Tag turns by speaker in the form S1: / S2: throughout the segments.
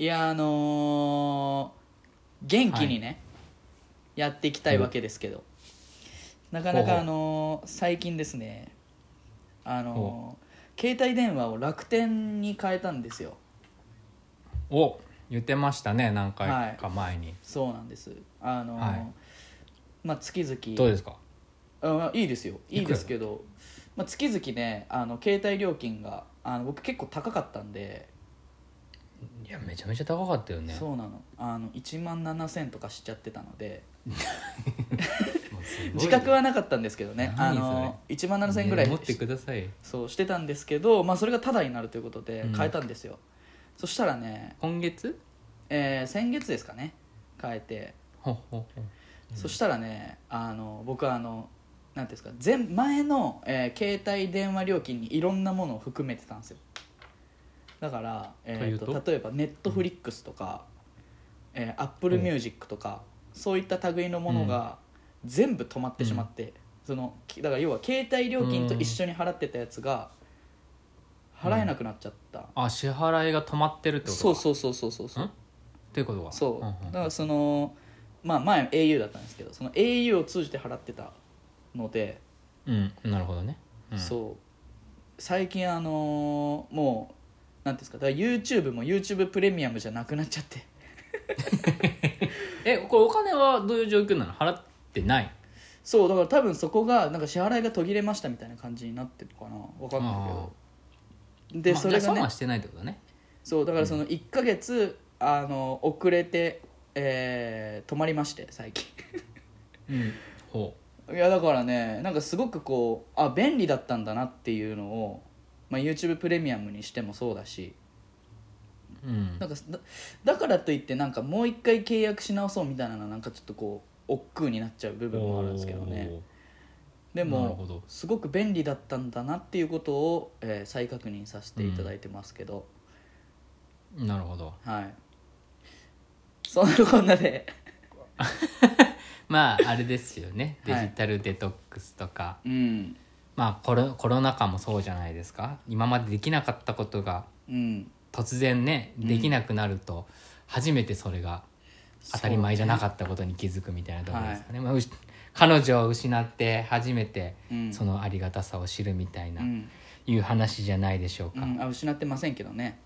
S1: いやあのー元気にね、やっていきたいわけですけど、なかな
S2: ほう
S1: か
S2: ほう
S1: あのー最近ですねあのー携帯電話を楽天に変えたんですよ
S2: お言ってましたね何回か前に、
S1: そうなんですあのー
S2: はい
S1: まあ月々
S2: どうですか
S1: あいいですよいい
S2: いくら
S1: ですけど、まあ、月々ねあの携帯料金があの僕結構高かったんで、
S2: いやめちゃめちゃ高かったよね
S1: そうなのあの1万7000とかしちゃってたので
S2: もうすごいね
S1: 自覚はなかったんですけどねあ
S2: 何それ
S1: の1万7000ぐらい
S2: ね持ってください
S1: そうしてたんですけど、まあ、それがタダになるということで
S2: うん
S1: 変えたんですよ、そしたらね、
S2: 今月
S1: えー先月ですかね変えて、
S2: ほほほ
S1: そしたらねあの僕はあのなんていうんですか前前の、えー携帯電話料金にいろんなものを含めてたんですよだから、えーと
S2: という
S1: 例えばネットフリックスとか、えー、アップルミュージックとかそういった類のものが全部止まってしまって、そのきだから要は携帯料金と一緒に払ってたやつが払えなくなっちゃった、
S2: あ支払いが止まってるってこと
S1: そう
S2: う
S1: そうそうそうそうそう
S2: っていうことか
S1: そ
S2: ん
S1: う
S2: うん
S1: だからそのまあ前 au だったんですけどその au を通じて払ってたので、
S2: うんなるほどね、うん、
S1: そう最近あのーもうなんていうんですかだから YouTube も YouTube プレミアムじゃなくなっちゃって
S2: えこれお金はどういう状況なの払ってない
S1: そうだから多分そこがなんか支払いが途切れましたみたいな感じになってるかな分かんないけどで、
S2: まあ
S1: それ
S2: じ
S1: が
S2: ゃあ損
S1: ね
S2: はしてないってことね
S1: そうだからその1か月、あの遅れて、えー止まりまして最近
S2: うんほ
S1: いやだからねなんかすごくこうあ便利だったんだなっていうのを、まあ、YouTube プレミアムにしてもそうだし
S2: ううん
S1: なんかだだからといってなんかもう一回契約し直そうみたいなのはなんかちょっとこう億劫になっちゃう部分もあるんですけどねで
S2: なるほ
S1: も
S2: ど
S1: すごく便利だったんだなっていうことを、えー再確認させていただいてますけど、
S2: おーなるほど
S1: はいそんなこんなで
S2: まああれですよね
S1: は
S2: デ
S1: い
S2: ジタルデトックスとか、
S1: うん
S2: まあコロコロナ禍もそうじゃないですか今までできなかったことが
S1: うん
S2: 突然ね
S1: うん
S2: できなくなると、初めてそれが当たり前じゃなかったことに気づくみたいなところですかね、まあうし彼女を失って初めて
S1: うん
S2: そのありがたさを知るみたいな、
S1: うん
S2: いう話じゃないでしょう
S1: う
S2: か、
S1: ん、あ失ってませんけど ね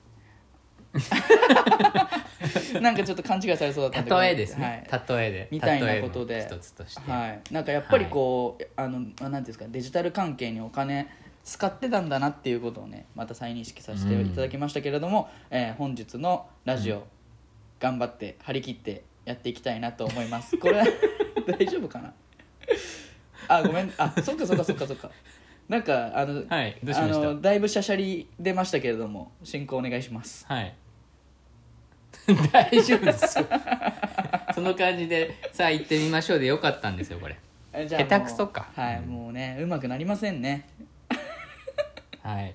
S1: なんかちょっと勘違いされそうだったんだけど
S2: 例えですね、
S1: はい
S2: 例えで
S1: みたいなことで
S2: 例えの一つとして、
S1: はい、なんかやっぱりこう、あのなんていうんですかデジタル関係にお金使ってたんだなっていうことをねまた再認識させていただきましたけれども、えー本日のラジオ、頑張って張り切ってやっていきたいなと思いますこれは大丈夫かなあごめんあそっかそっかそっかそっかなんかあの、
S2: はいどうし
S1: あ
S2: ました
S1: のだいぶしゃしゃり出ましたけれども進行お願いします
S2: はい 大丈夫ですよ その感じでさあ行ってみましょうでよかったんですよこれ
S1: えじゃあもう
S2: 下手くそか
S1: はい、
S2: うん
S1: もうねうまくなりませんね
S2: はい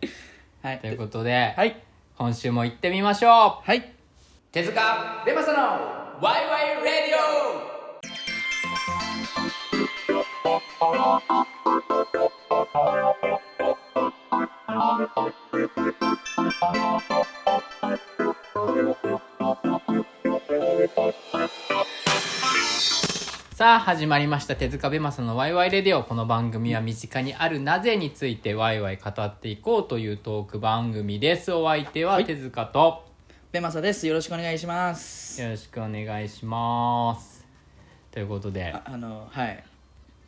S1: はい
S2: ということで、
S1: はい
S2: 今週も行ってみましょう
S1: はい
S2: 手塚
S1: レバサの
S2: ワイワイレディオさあ始まりました手塚ベマスのワイワイレディオこの番組は身近にあるなぜについてワイワイ語っていこうというトーク番組ですお相手は手塚と、
S1: ベマサです。よろしくお願いします。
S2: よろしくお願いします。ということで
S1: あ、あのはい。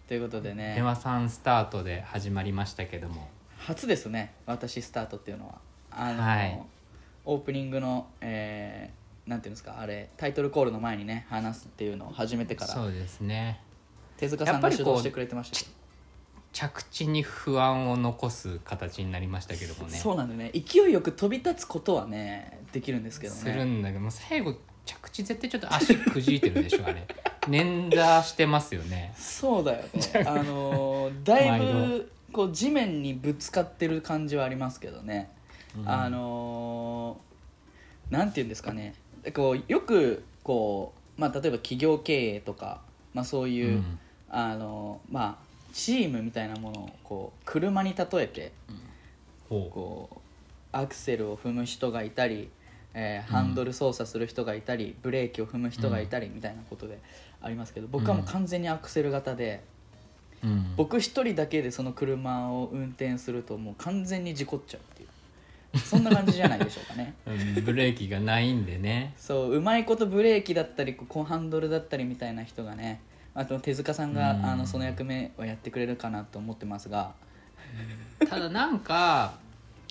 S1: ということで
S2: 電
S1: ね、
S2: 話さんスタートで始まりましたけども、
S1: 初ですね。私スタートっていうのは、あの、
S2: はい
S1: オープニングの、えーなんていうんですか、あれタイトルコールの前にね話すっていうのを始めてから、
S2: そうですね。
S1: 手塚さんが
S2: やっぱり
S1: 主
S2: こう
S1: 導してくれてましたけ
S2: 着地に不安を残す形になりましたけども
S1: ど、
S2: ね。
S1: そうなんでね、勢いよく飛び立つことはねできるんですけど
S2: する
S1: ね。
S2: んだけど、もう最後着地絶対ちょっと足くじいてるでしょ あれ。捻挫してますよね。
S1: そうだよね。あのだい
S2: 毎
S1: ぶこう地面にぶつかってる感じはありますけどね。
S2: うん
S1: あのーなんて言うんですかねこうよくこう、まあ、例えば企業経営とか、まあ、そう
S2: う
S1: いう、
S2: ん
S1: あのーまあ、チームみたいなものをこう車に例えて
S2: ほう
S1: こうアクセルを踏む人がいたりえーハンドル操作する人がいたりブレーキを踏む人がいたりみたいなことでありますけど僕はもう完全にアクセル型で
S2: うん
S1: 僕一人だけでその車を運転するともう完全に事故っちゃうっていうそんな感じじゃないでしょうか ね。
S2: うんブレーキがないんでね
S1: そううまいことブレーキだったりこうこうハンドルだったりみたいな人がねあと手塚さんが、
S2: うん
S1: あのその役目をやってくれるかなと思ってますが、
S2: ただなんか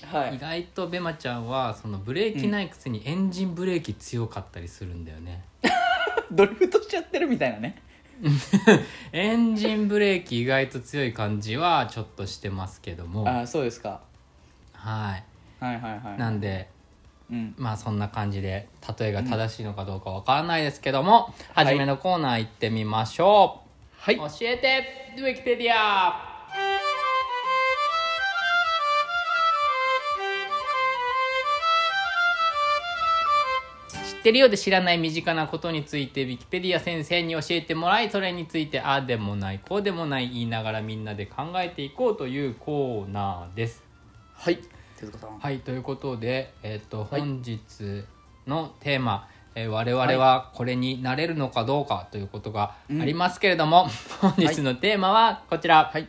S1: は
S2: 意外とベマちゃんはそのブレーキないくせにエンジンブレーキ強かったりするんだよね、
S1: ドリフトしちゃってるみたいなね
S2: エンジンブレーキ意外と強い感じはちょっとしてますけども
S1: ああそうですか
S2: は
S1: はいはいはい
S2: いなんで
S1: うん、
S2: まあそんな感じで例えが正しいのかどうかわからないですけども、
S1: はい
S2: 初めのコーナー行ってみましょ
S1: は
S2: う、
S1: い
S2: 教えてウィキペディア知ってるようで知らない身近なことについてウィキペディア先生に教えてもらいそれについてああでもないこうでもない言いながらみんなで考えていこうというコーナーです。
S1: はい手塚さん
S2: はいということで、えー、と
S1: はい
S2: 本日のテーマ、えー我々はこれになれるのかどうかということがありますけれども、本日のテーマはこちら、
S1: はい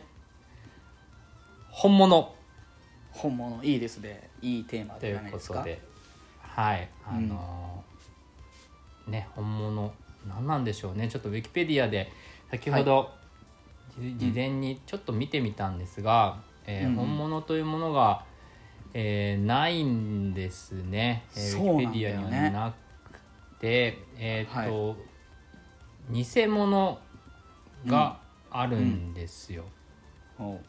S2: 本物
S1: 本物いいですねいいテーマ
S2: と
S1: じ
S2: い
S1: ゃ
S2: う
S1: ない
S2: こ
S1: です
S2: と
S1: か
S2: ではいあのーね本物何なんでしょうねちょっとウィキペディアで先ほど、じ事前にちょっと見てみたんですが、え
S1: う
S2: ー
S1: んうん
S2: 本物というものが、えーないんですね、えー
S1: そう
S2: ウィ
S1: なんだ
S2: キペデ
S1: よ
S2: ィ
S1: ね
S2: アにはなくてえっ、と、偽物があるんですよ。
S1: おう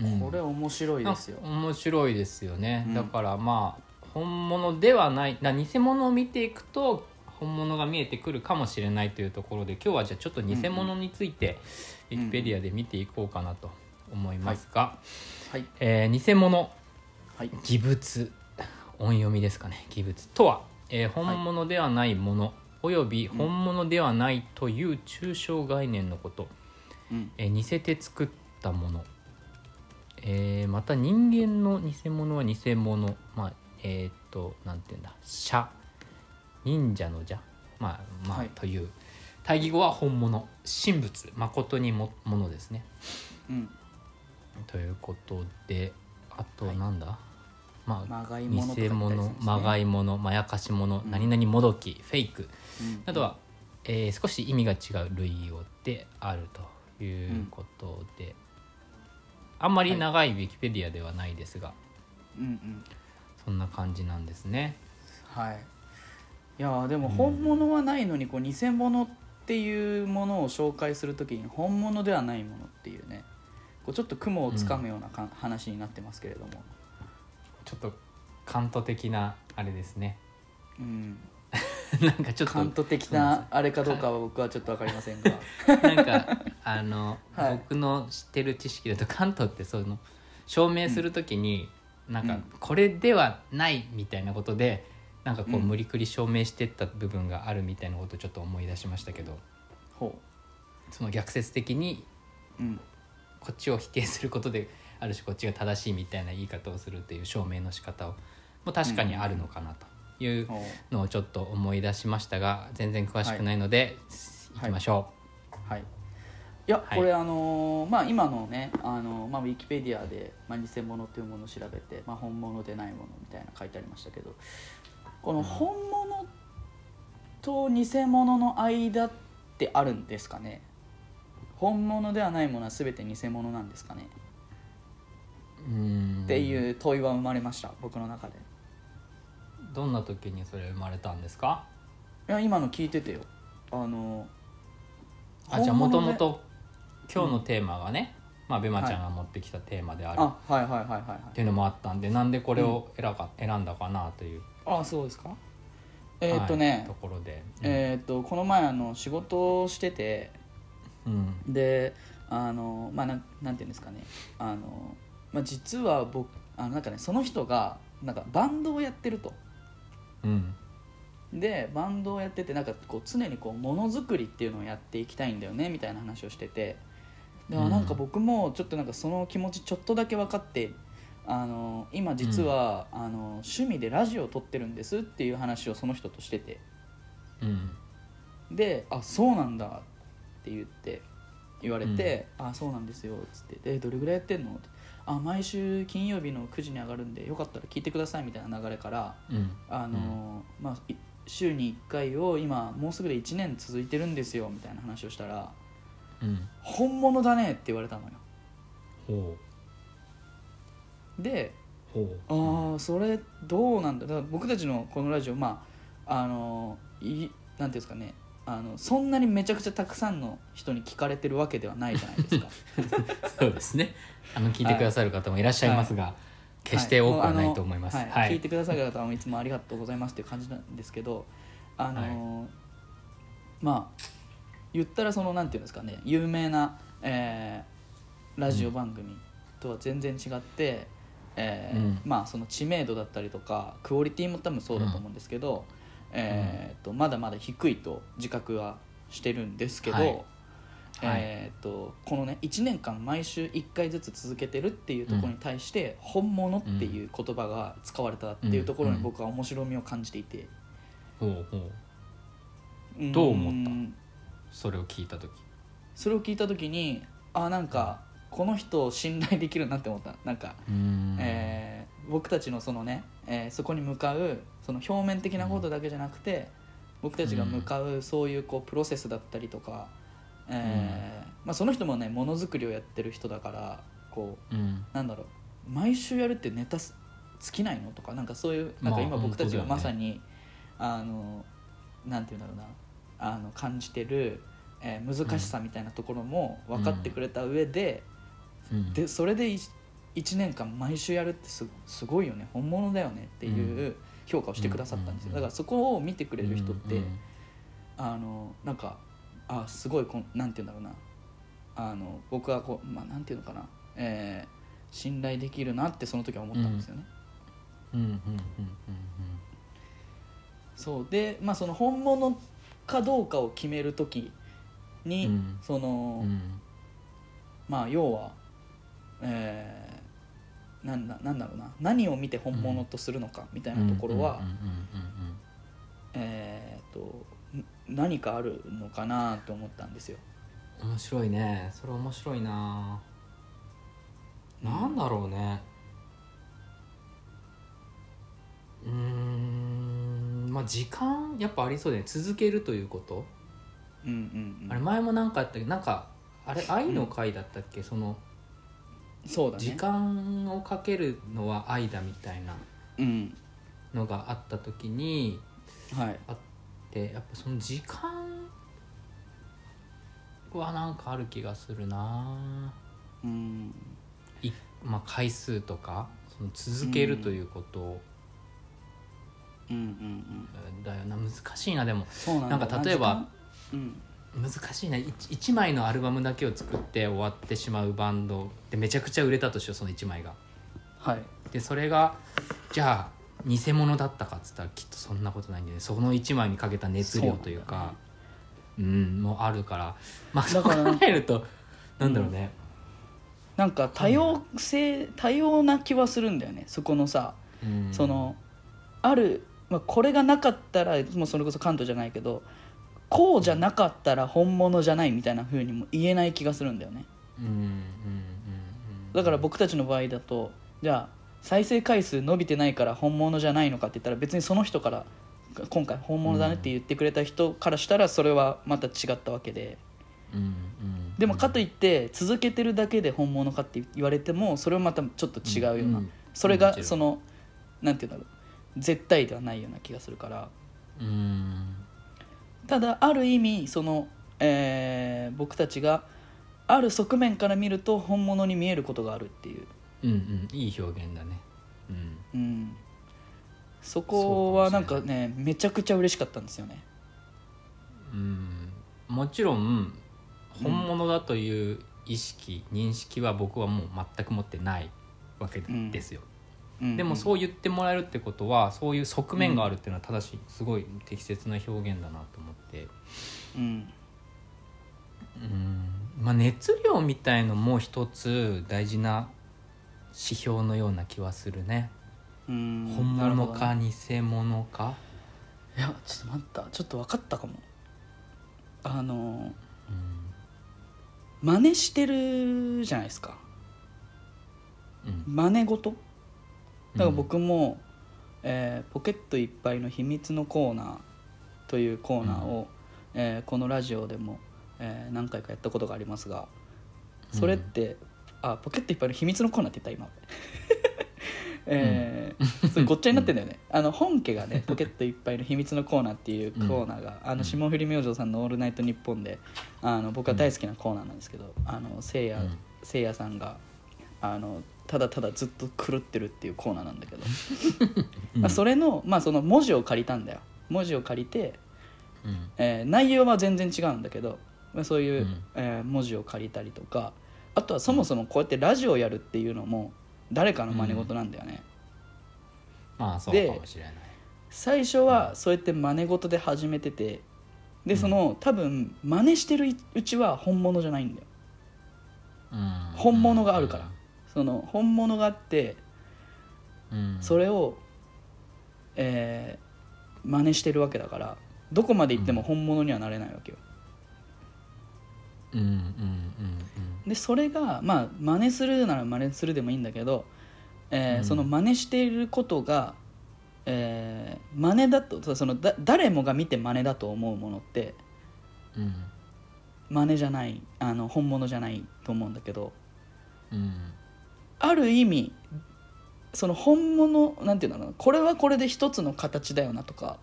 S2: うん
S1: これ面白いですよ
S2: あ面白いですよね、
S1: うん
S2: だからまあ本物ではないな偽物を見ていくと本物が見えてくるかもしれないというところで今日はじゃあちょっと偽物についてウ
S1: うん
S2: ィキペディアで見ていこうかなと思いますが、
S1: はい
S2: えー偽物
S1: はい
S2: 偽物音読みですかね偽物とは、えー本物ではないもの、および本物ではないという抽象概念のこと、
S1: うん
S2: えー似せて作ったもの、えーまた人間の偽物は偽物まあえーっとなんていうんだ「者」忍者の「者」まあまあ、
S1: はい
S2: という対義語は本物神仏誠にもものですね
S1: うん
S2: ということであとなんだ、まあ
S1: まがいものとか
S2: 偽物、まが
S1: い
S2: いものまやかしもの
S1: うん
S2: 何々もどきフェイクな
S1: あ
S2: ど
S1: とは
S2: は、えー少し意味が違う類語であるということで、あんまり長いウィキペディアではないですが、
S1: うんうん
S2: そんな感じなんですね。
S1: はいいやーでも本物はないのにこう偽物っていうものを紹介するときに本物ではないものっていうねこうちょっと雲をつかむようなか、話になってますけれども、
S2: ちょっとカント的なあれですね
S1: うん、
S2: なんかちょっと
S1: カント的なあれかどうかは僕はちょっと分かりませんが
S2: なんかあの、
S1: はい
S2: 僕の知ってる知識だと関東ってその証明するときに、なん
S1: う
S2: か
S1: ん
S2: これではないみたいなことでなんかこう
S1: うん
S2: 無理くり証明してった部分があるみたいなことをちょっと思い出しましたけど
S1: ほ
S2: その逆説的に
S1: う、うん、
S2: こっちを否定することである種こっちが正しいみたいな言い方をするっていう証明の仕方をも確かにあるのかなという
S1: ほ
S2: のをちょっと思い出しましたが全然詳しくないので、行
S1: はい
S2: きましょ
S1: うはいいや、
S2: はい
S1: これあのーまあ今のね、あのーまあ、ウィキペディアで、まあ、偽物というものを調べて、まあ、本物でないものみたいな書いてありましたけどこの本物と偽物の間ってあるんですかね本物ではないものは全て偽物なんですかね
S2: う。うーん
S1: っていう問いは生まれました僕の中で
S2: どんな時にそれ生まれたんですか
S1: いや今の聞いててよあの
S2: あじゃあもと
S1: 本物
S2: も
S1: で
S2: と今日のテーマがね、まあ、ベマちゃんが持ってきたテーマであるっ
S1: あはいはいはいはいはい
S2: ていうのもあったんでなんでこれを選か、選んだかなという、
S1: あそうですかえーっと
S2: はい
S1: ね、
S2: ところで、うん
S1: えーっとこの前あの仕事をしてて
S2: うん
S1: であのまあなんなんていうんですかねあの、まあ、実は僕あのなんかねその人がなんかバンドをやってると
S2: うん
S1: でバンドをやっててなんかこう常にこうものづくりっていうのをやっていきたいんだよねみたいな話をしててで、あ
S2: うん
S1: なんか僕もちょっとなんかその気持ちちょっとだけ分かってあの今実は、あの趣味でラジオを撮ってるんですっていう話をその人としてて
S2: うん
S1: で「あそうなんだ」って言って言われて「あそうなんですよ」っつって「でどれぐらいやってんの?」って「あ毎週金曜日の9時に上がるんでよかったら聞いてください」みたいな流れから
S2: うん
S1: あの、まあい週に1回を今もうすぐで1年続いてるんですよみたいな話をしたら
S2: うん
S1: 「本物だね」って言われたのよ
S2: ほ
S1: で
S2: うほう
S1: ああそれどうなんだだから僕たちのこのラジオまああのいなんていうんですかねあのそんなにめちゃくちゃたくさんの人に聞かれてるわけではないじゃないですか
S2: そうですねあの聞いてくださる方もいらっしゃいますが、決して多くはないと思います
S1: は
S2: は
S1: も
S2: いい、
S1: うあのはい聞いてくださる方はいつもありがとうございますっていう感じなんですけどあの、まあ言ったらそのなんていうんですかね有名な、えーラジオ番組とは全然違って、えー
S2: うん
S1: まあその知名度だったりとかクオリティも多分そうだと思うんですけど、えーっとまだまだ低いと自覚はしてるんですけど、
S2: はいはい
S1: えーっとこのね1年間毎週1回ずつ続けてるっていうところに対して「本物」っていう言葉が使われたっていうところに僕は面白みを感じていて、
S2: ほうほう
S1: うん
S2: どう思ったそれを聞いた時
S1: それを聞いた時にあなんかこの人を信頼できるなって思ったなんか、
S2: うーん
S1: えー僕たちのそのね、えーそこに向かうその表面的なことだけじゃなくて、僕たちが向かうそういうこうプロセスだったりとか、えーまあ、その人もねものづくりをやってる人だからこう
S2: うん
S1: なんだろう毎週やるってネタす尽きないのとかなんかそういうなんか
S2: まあ
S1: 今僕たちが
S2: 本当だよね
S1: まさに、あのなんて言うんだろうなあの感じてる、えー難しさみたいなところも分かってくれた上で,、
S2: うん
S1: でそれで1年間毎週やるってすすごいよね本物だよねっていう評価をしてくださったんですよ、
S2: うん
S1: だからそこを見てくれる人って、
S2: うん
S1: あのなんかあすごいこんなんて言うんだろうなあの僕はこう、まあ、なんて言うのかな、えー信頼できるなってその時は思ったんですよね。
S2: うんうんうんうん
S1: そうで、まあ、その本物かどうかを決める時に、
S2: うん
S1: そ
S2: うん
S1: の、
S2: うんうん
S1: まあ要は、えーなんだなんだろうな何を見て本物とするのかみたいなところは、
S2: うんうんうんうん
S1: えーっとん何かあるのかなと思ったんですよ。
S2: うん面白いねそれ面白いな、なんだろうねうーんまあ時間やっぱありそうだよね続けるということ
S1: うんうん
S2: あ
S1: う
S2: れ
S1: ん、
S2: 前もなんかあったけどなんかあれ愛の回だったっけ、その
S1: そうだね。
S2: 時間をかけるのは愛だみたいな
S1: うん
S2: のがあった時に
S1: はい
S2: あってやっぱその時間はなんかある気がするな
S1: うん
S2: いまあ回数とかその続けるということ
S1: うんうんうん
S2: だよな難しいなでも
S1: そうなんだ
S2: なんか例えば
S1: 時間うん
S2: 難しいな 1, 枚のアルバムだけを作って終わってしまうバンドでめちゃくちゃ売れたとしようその1枚が。
S1: はい
S2: でそれがじゃあ偽物だったかっつったらきっとそんなことないんで、ね、その1枚にかけた熱量というかうんもうあるからまあ
S1: だ
S2: そう考
S1: から
S2: えるとなんだろうね、
S1: なんか多様性多様な気はするんだよねそこのさ
S2: うん
S1: そのある、まあ、これがなかったらもうそれこそ関東じゃないけどこうじゃなかったら本物じゃないみたいな風にも言えない気がするんだよね
S2: うんうんうんうん
S1: だから僕たちの場合だとじゃあ再生回数伸びてないから本物じゃないのかって言ったら別にその人から今回本物だねって言ってくれた人からしたらそれはまた違ったわけで。
S2: うんうん
S1: でもかといって続けてるだけで本物かって言われてもそれはまたちょっと違うような、
S2: うん
S1: それ
S2: もち
S1: が
S2: ろん
S1: そのなんて言うんだろう絶対ではないような気がするから
S2: うん
S1: ただある意味その、えー僕たちがある側面から見ると本物に見えることがあるっていう、
S2: うんうんいい表現だねうん
S1: うん、そこはなん
S2: そうか
S1: か
S2: も
S1: ねめちゃくちゃ嬉しかったんですよね
S2: うんもちろん本物だという意識、認識は僕はもう全く持ってないわけですよ、
S1: うん
S2: でもそう言ってもらえるってことはそういう側面があるっていうのは正しいすごい適切な表現だなと思って
S1: うん
S2: うん、まあ、熱量みたいのも一つ大事な指標のような気はするね
S1: うん
S2: 本
S1: なるほ
S2: 物
S1: どね
S2: か偽物か
S1: いやちょっと待ったちょっと分かったかもあの真似してるじゃないですか
S2: うん
S1: 真似事だから僕も、えーポケットいっぱいの秘密のコーナー」というコーナーを、えーこのラジオでも、えー何回かやったことがありますがそれって、あポケットいっぱいの秘密のコーナーって言った今 えーそれごっちゃになってんだよね、あの本家がね「ポケットいっぱいの秘密のコーナー」っていうコーナーが、あの霜降り明星さんの「オールナイトニッポンで」あの僕は大好きなコーナーなんですけど、あのせいや
S2: うん
S1: せいやさんがあのただただずっと狂ってるっていうコーナーなんだけど、まあ、それの,、まあ、その文字を借りたんだよ文字を借りて、
S2: うん
S1: えー内容は全然違うんだけど、まあ、そういう、
S2: うん
S1: えー文字を借りたりとかあとはそもそもこうやってラジオやるっていうのも誰かの真似事なんだよね、
S2: まあそう
S1: で
S2: かもしれない
S1: 最初はそうやって真似事で始めててでその、多分真似してるうちは本物じゃないんだよ
S2: うん
S1: 本物があるから、その本物があって
S2: うん
S1: それを、えー真似してるわけだからどこまで行っても本物にはなれないわけよ。
S2: うんうんうん
S1: でそれがまあ真似するなら真似するでもいいんだけど、えー
S2: うん
S1: その真似していることが、えー真似だとそのだ誰もが見て真似だと思うものって
S2: うんうん
S1: 真似じゃないあの本物じゃないと思うんだけど
S2: うん
S1: ある意味その本物なんていうんだろうなこれはこれで一つの形だよなとか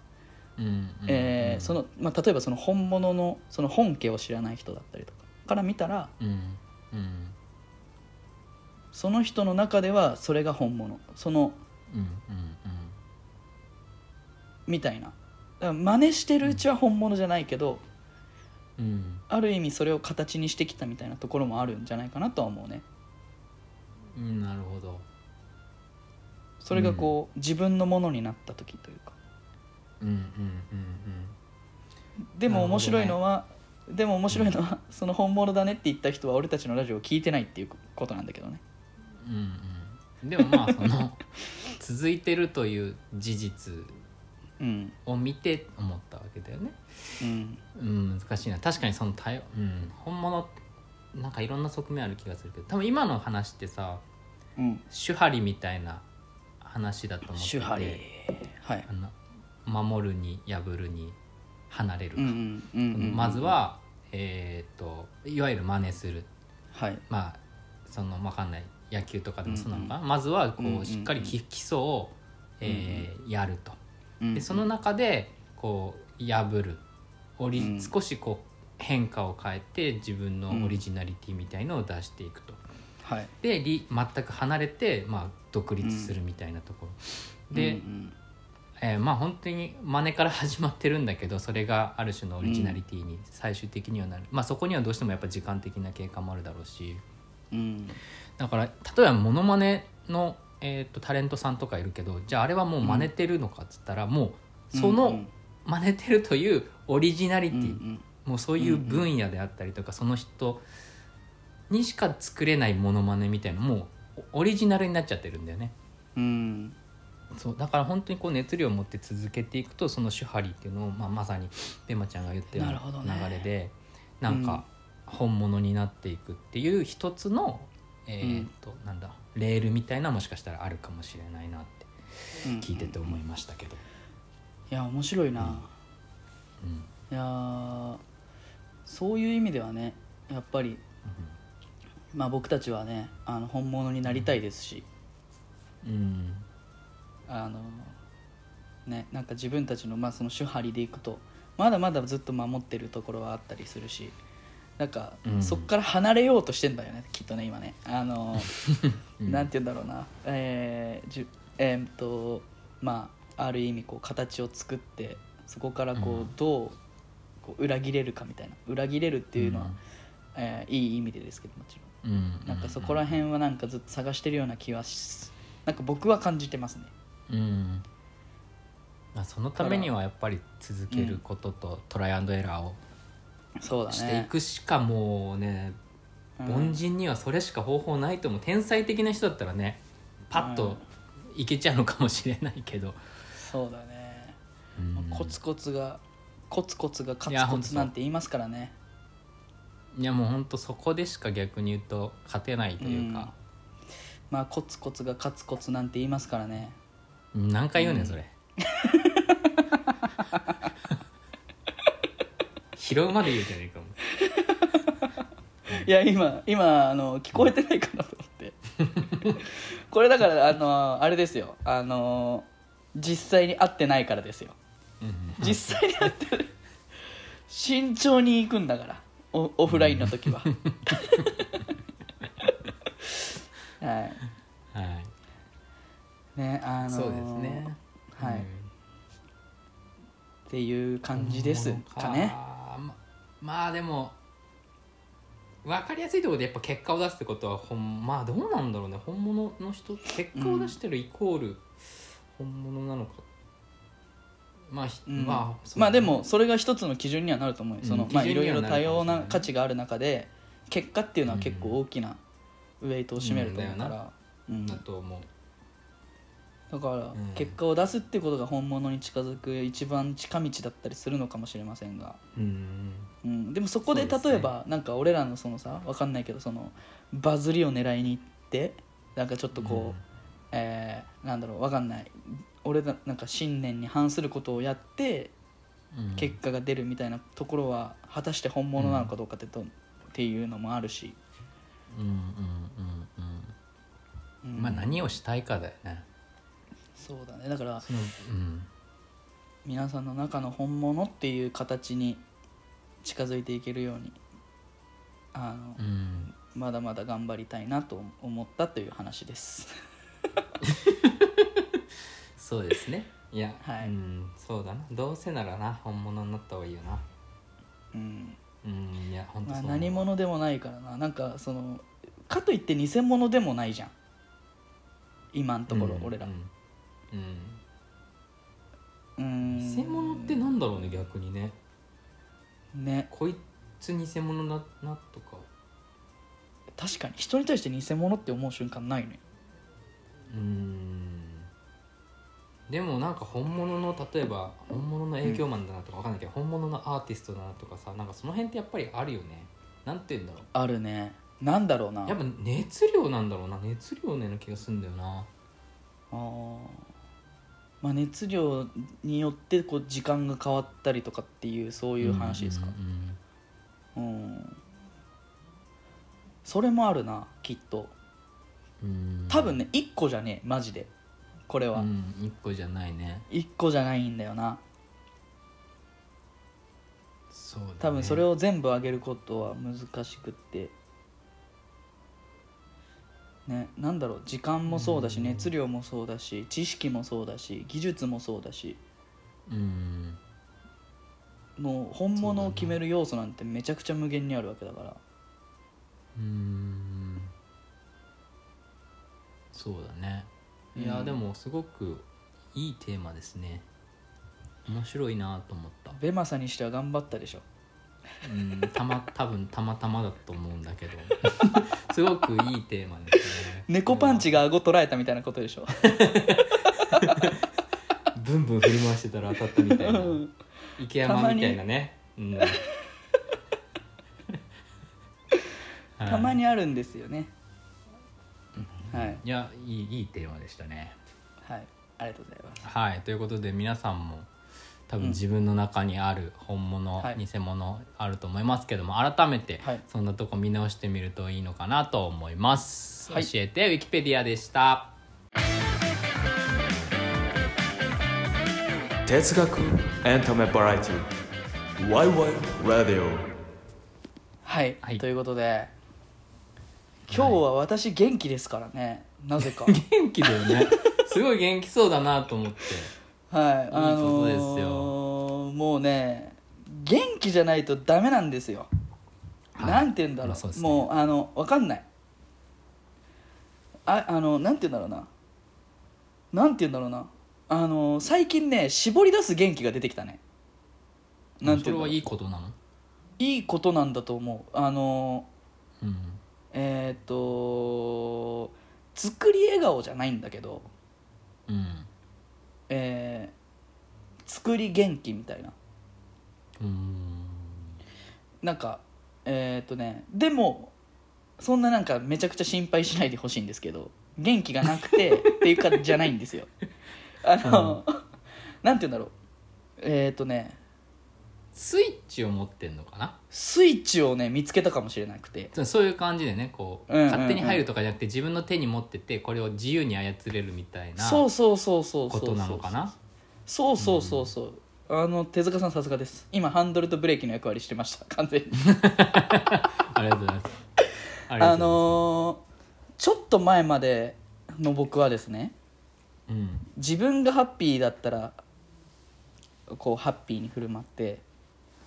S2: うんうん
S1: えーそのまあ、例えばその本物のその本家を知らない人だったりとかから見たら
S2: うんうん
S1: その人の中ではそれが本物その
S2: うん
S1: みたいなだから真似してるうちは本物じゃないけど、
S2: うんうん
S1: ある意味それを形にしてきたみたいなところもあるんじゃないかなとは思うね
S2: うんなるほど
S1: それがこう、自分のものになった時というか
S2: うんうんうん
S1: でも面白いのは、でも面白いのは、その本物だねって言った人は俺たちのラジオを聞いてないっていうことなんだけどね
S2: うんうんうんでもまあその続いてるという事実
S1: うん
S2: を見て思ったわけだよね
S1: うん
S2: うん難しいな確かにその対応、うん、本物なんかいろんな側面ある気がするけど多分今の話ってさ
S1: うん
S2: 手張りみたいな話だと思って
S1: 手張り
S2: て
S1: はい
S2: あの守るに破るに離れ
S1: う
S2: るか、
S1: んうんうんうんうん
S2: まずは、えー、といわゆる真似する
S1: はい
S2: まあそのわかんない野球とかでもそうなのかな、
S1: う
S2: まずはこう、
S1: うんうんうん
S2: しっかりき基礎を、えーやるとでその
S1: うん
S2: 中でこう破るオリ、
S1: うん
S2: 少しこう変化を変えて自分のオリジナリティみたいのを出していくと。
S1: はい
S2: でり全く離れて、まあ、独立するみたいなところ、で、
S1: うん
S2: えーまあ本当に真似から始まってるんだけどそれがある種のオリジナリティに最終的にはなる、まあそこにはどうしてもやっぱ時間的な経過もあるだろうし
S1: うん
S2: だから例えばモノマネの、えー、とタレントさんとかいるけどじゃああれはもう真似てるのかっつったら、もうその真似てるというオリジナリ
S1: う
S2: テ
S1: んう
S2: ィ、
S1: ん
S2: もうそういう分野であったりとか、その人にしか作れないモノマネみたいなもうオリジナルになっちゃってるんだよね。
S1: うん
S2: そうだから本当にこう熱量を持って続けていくとその手張りっていうのを、まあ、まさにベマちゃんが言ったよう
S1: なるほど
S2: な
S1: ね
S2: 流れでな,、んか本物になっていくっていう一つの、えーっとなんだレールみたいなもしかしたらあるかもしれないなって
S1: うん
S2: 聞いてて思いましたけど。
S1: いや面白いな、
S2: うん
S1: いやーそういう意味ではねやっぱり、まあ、僕たちはねあの本物になりたいですし、
S2: うん
S1: あのねなんか自分たちの,、まあその手張りでいくとまだまだずっと守ってるところはあったりするしなんか、
S2: うん
S1: そこから離れようとしてんだよねきっとね今ねあの、
S2: うん
S1: なんて言うんだろうなえーじゅえーっとまあある意味こう形を作ってそこからこう、
S2: うん
S1: どうこう裏切れるかみたいな裏切れるっていうのは、
S2: うん
S1: えーいい意味でですけどもちろ
S2: うん
S1: んなんかそこら辺はなんかずっと探してるような気はしなんか僕は感じてますね
S2: うんまあ、そのためにはやっぱり続けることとトライアンドエラーを
S1: そうだね
S2: していくしかもうね
S1: うん
S2: 凡人にはそれしか方法ないと思う天才的な人だったらねパッといけちゃうのかもしれないけど、
S1: そうだね、
S2: うん
S1: コツコツがコツコツがカ
S2: い
S1: ツ
S2: や
S1: コ
S2: ほんと
S1: ツ
S2: そう
S1: なんて言いますからね
S2: いやもうほんとそこでしか逆に言うと勝てないというか、
S1: まあコツコツがカツコツなんて言いますからね
S2: 何回言うねんそれ、拾うまで言うじゃねえかも
S1: いや今今あの聞こえてないかなと思って これだからあのあれですよあの実際に会ってないからですよ
S2: うんうん
S1: 実際に会ってる慎重に行くんだからオオフラインの時は はい
S2: はい
S1: ねあの
S2: そうですね
S1: はい、
S2: う
S1: っ
S2: ん
S1: ていう感じですかね
S2: ままあでも分かりやすいところでやっぱ結果を出すってことはほんまあどうなんだろうね本物の人結果を出してるイコール本物なのか、まあ、ひ
S1: うん
S2: まあそう
S1: まあでもそれが一つの基準にはなると思うよ
S2: うん
S1: その、まあ
S2: 基
S1: い
S2: 準
S1: ろい
S2: には
S1: ろ
S2: なる
S1: 多様
S2: かもしれ
S1: な
S2: ない
S1: 価値がある中で結果っていうのは結構大きなウエイトを占めると思うから、うん
S2: だと思う
S1: だから
S2: うん
S1: 結果を出すってことが本物に近づく一番近道だったりするのかもしれませんが、
S2: うん
S1: うん、でもそこで
S2: そうです
S1: 例
S2: ね
S1: えば、なんか俺らのそのさわかんないけどそのバズりを狙いに行ってなんかちょっとこう、
S2: うん
S1: えーなんだろうわかんない俺だなんか信念に反することをやって
S2: うん
S1: 結果が出るみたいなところは果たして本物なのかどうかってと、っていうのもあるし、
S2: うんうんうん
S1: う
S2: うんんまあ何をしたいかだよね
S1: そうだねだから
S2: そのうん
S1: 皆さんの中の本物っていう形に近づいていけるようにあの、
S2: うん
S1: まだまだ頑張りたいなと思ったという話です。
S2: そうですねいや、
S1: はい
S2: うんそうだなどうせならな本物になった方がいいよな
S1: うん
S2: うんいや本当
S1: まあ、
S2: そう思う
S1: 何者でもないからななんかそのかといって偽物でもないじゃん今のところ
S2: うん
S1: 俺ら、
S2: うんうん
S1: うーん
S2: 偽物ってなんだろうね逆にね
S1: ね
S2: こいつ偽物だなとか
S1: 確かに人に対して偽物って思う瞬間ないね
S2: うんでもなんか本物の例えば本物の営業マンだなとかわかんないけど、本物のアーティストだなとかさなんかその辺ってやっぱりあるよねなんて言うんだろ
S1: あるねなんだろうな
S2: うやっぱ熱量なんだろうな熱量のような気がするんだよな
S1: あーまあ、熱量によってこう時間が変わったりとかっていうそういう話ですか
S2: うんうん
S1: うんそれもあるなきっと
S2: うん
S1: 多分ね1個じゃねえマジでこれ
S2: う
S1: は、
S2: ん一個じゃないね
S1: 一1個じゃないんだよな
S2: そうだね
S1: 多分それを全部あげることは難しくってねなんだろう時間もそうだし
S2: うん
S1: 熱量もそうだし知識もそうだし技術もそうだし
S2: うん
S1: もう本物を決める要素なんてめちゃくちゃ無限にあるわけだから
S2: うーんそうだねいや、
S1: うん
S2: でもすごくいいテーマですね面白いなと思った
S1: ベマさんにしては頑張ったでしょ
S2: うんた ま多分たまたまだと思うんだけど すごくいいテーマですね
S1: 猫パンチが顎捉えたみたいなことでしょ
S2: ブンブン振り回してたら当たったみたいな
S1: うん
S2: 池山みたいなねうんはい
S1: たまにあるんですよねはい
S2: いやいいいいテーマでしたね
S1: はいありがとうございます
S2: はい、ということで皆さんも多
S1: う
S2: 分
S1: ん
S2: 自分の中にある本物、
S1: はい
S2: 偽物あると思いますけども改めて
S1: はい
S2: そんなとこ見直してみるといいのかなと思います、
S1: はい
S2: 教えてウィキペディアでした
S3: 哲学エンタメバラエティ YY ラディオ
S1: はい、
S2: はい
S1: ということで今日は私元気ですからねな ぜか
S2: 元気だよ ねすごい元気そうだなと思って
S1: はい、あ
S2: こと
S1: の
S2: ですよ
S1: ーもうね元気じゃないとダメなんですよ、
S2: はい
S1: なんて言うんだろう,、
S2: まあそうですね
S1: もうあのわかんないああのなんて言うんだろうななんて言うんだろうなあのー最近ね絞り出す元気が出てきたねなんて
S2: そ
S1: 言う
S2: れ
S1: んだろ
S2: は
S1: う
S2: いいことなの
S1: いいことなんだと思うあのー
S2: うん
S1: えーっと作り笑顔じゃないんだけど、
S2: うん
S1: えー作り元気みたいな
S2: うん
S1: なんかえーっとねでもそんななんかめちゃくちゃ心配しないでほしいんですけど元気がなくてっていうかじゃないんですよあの、なんて言うんだろうえーっとね
S2: スイッチを持ってんのかな
S1: スイッチをね見つけたかもしれなくて
S2: そうそういう感じでねこう、
S1: うんうんうん
S2: 勝手に入るとかじゃなくて自分の手に持っててこれを自由に操れるみたいな
S1: そうそうそうそうそ
S2: こ
S1: うそ
S2: と
S1: う
S2: なのかな
S1: そうそうそうそう、あの手塚さんさすがです今ハンドルとブレーキの役割してました完 全に
S2: ありがとうございますありが
S1: あ
S2: とうご
S1: のーちょっと前までの僕はですね
S2: ざいますうん
S1: 自分がハッピーだったらこうハッピーに振る舞って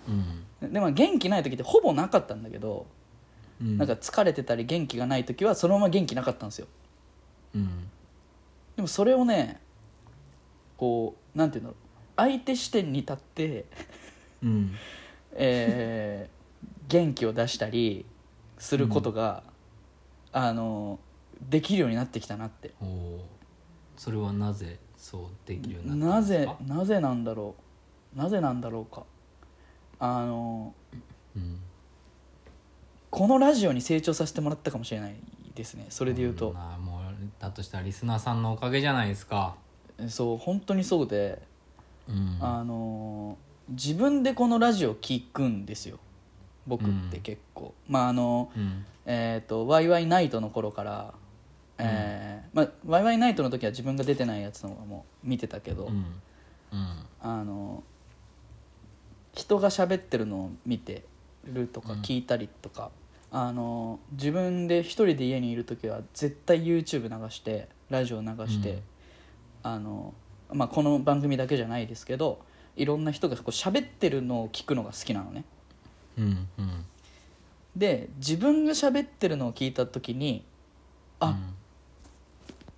S2: うん
S1: でも元気ない時ってほぼなかったんだけど、
S2: うん
S1: なんか疲れてたり元気がない時はそのまま元気なかったんですよ
S2: うん
S1: でもそれをねこうなんていうんだろう相手視点に立 って
S2: うん
S1: えー元気を出したりすることが、あのできるようになってきたなって
S2: おーそれはなぜそうできるようにな
S1: な
S2: ったんです
S1: ぜ
S2: か
S1: なぜなんだろうなぜなんだろうかあの
S2: うん
S1: このラジオに成長させてもらったかもしれないですねそれで言うと
S2: ん、なもうだとしたらリスナーさんのおかげじゃないですか
S1: そう本当にそうで、
S2: うん
S1: あの自分でこのラジオ聞くんですよ僕って結構、まああの
S2: うん
S1: えー、とワイワイナイトの頃から、えーまあ、ワイワイナイトの時は自分が出てないやつの方も見てたけど、
S2: うんうん
S1: あの人が喋ってるのを見てるとか
S2: うん
S1: 聞いたりとか、あの自分で一人で家にいる時は絶対 YouTube 流してラジオ流して、
S2: うん
S1: あのまあ、この番組だけじゃないですけどいろんな人がこう喋ってるのを聞くのが好きなのね。
S2: うんうん
S1: で自分が喋ってるのを聞いた時にあ、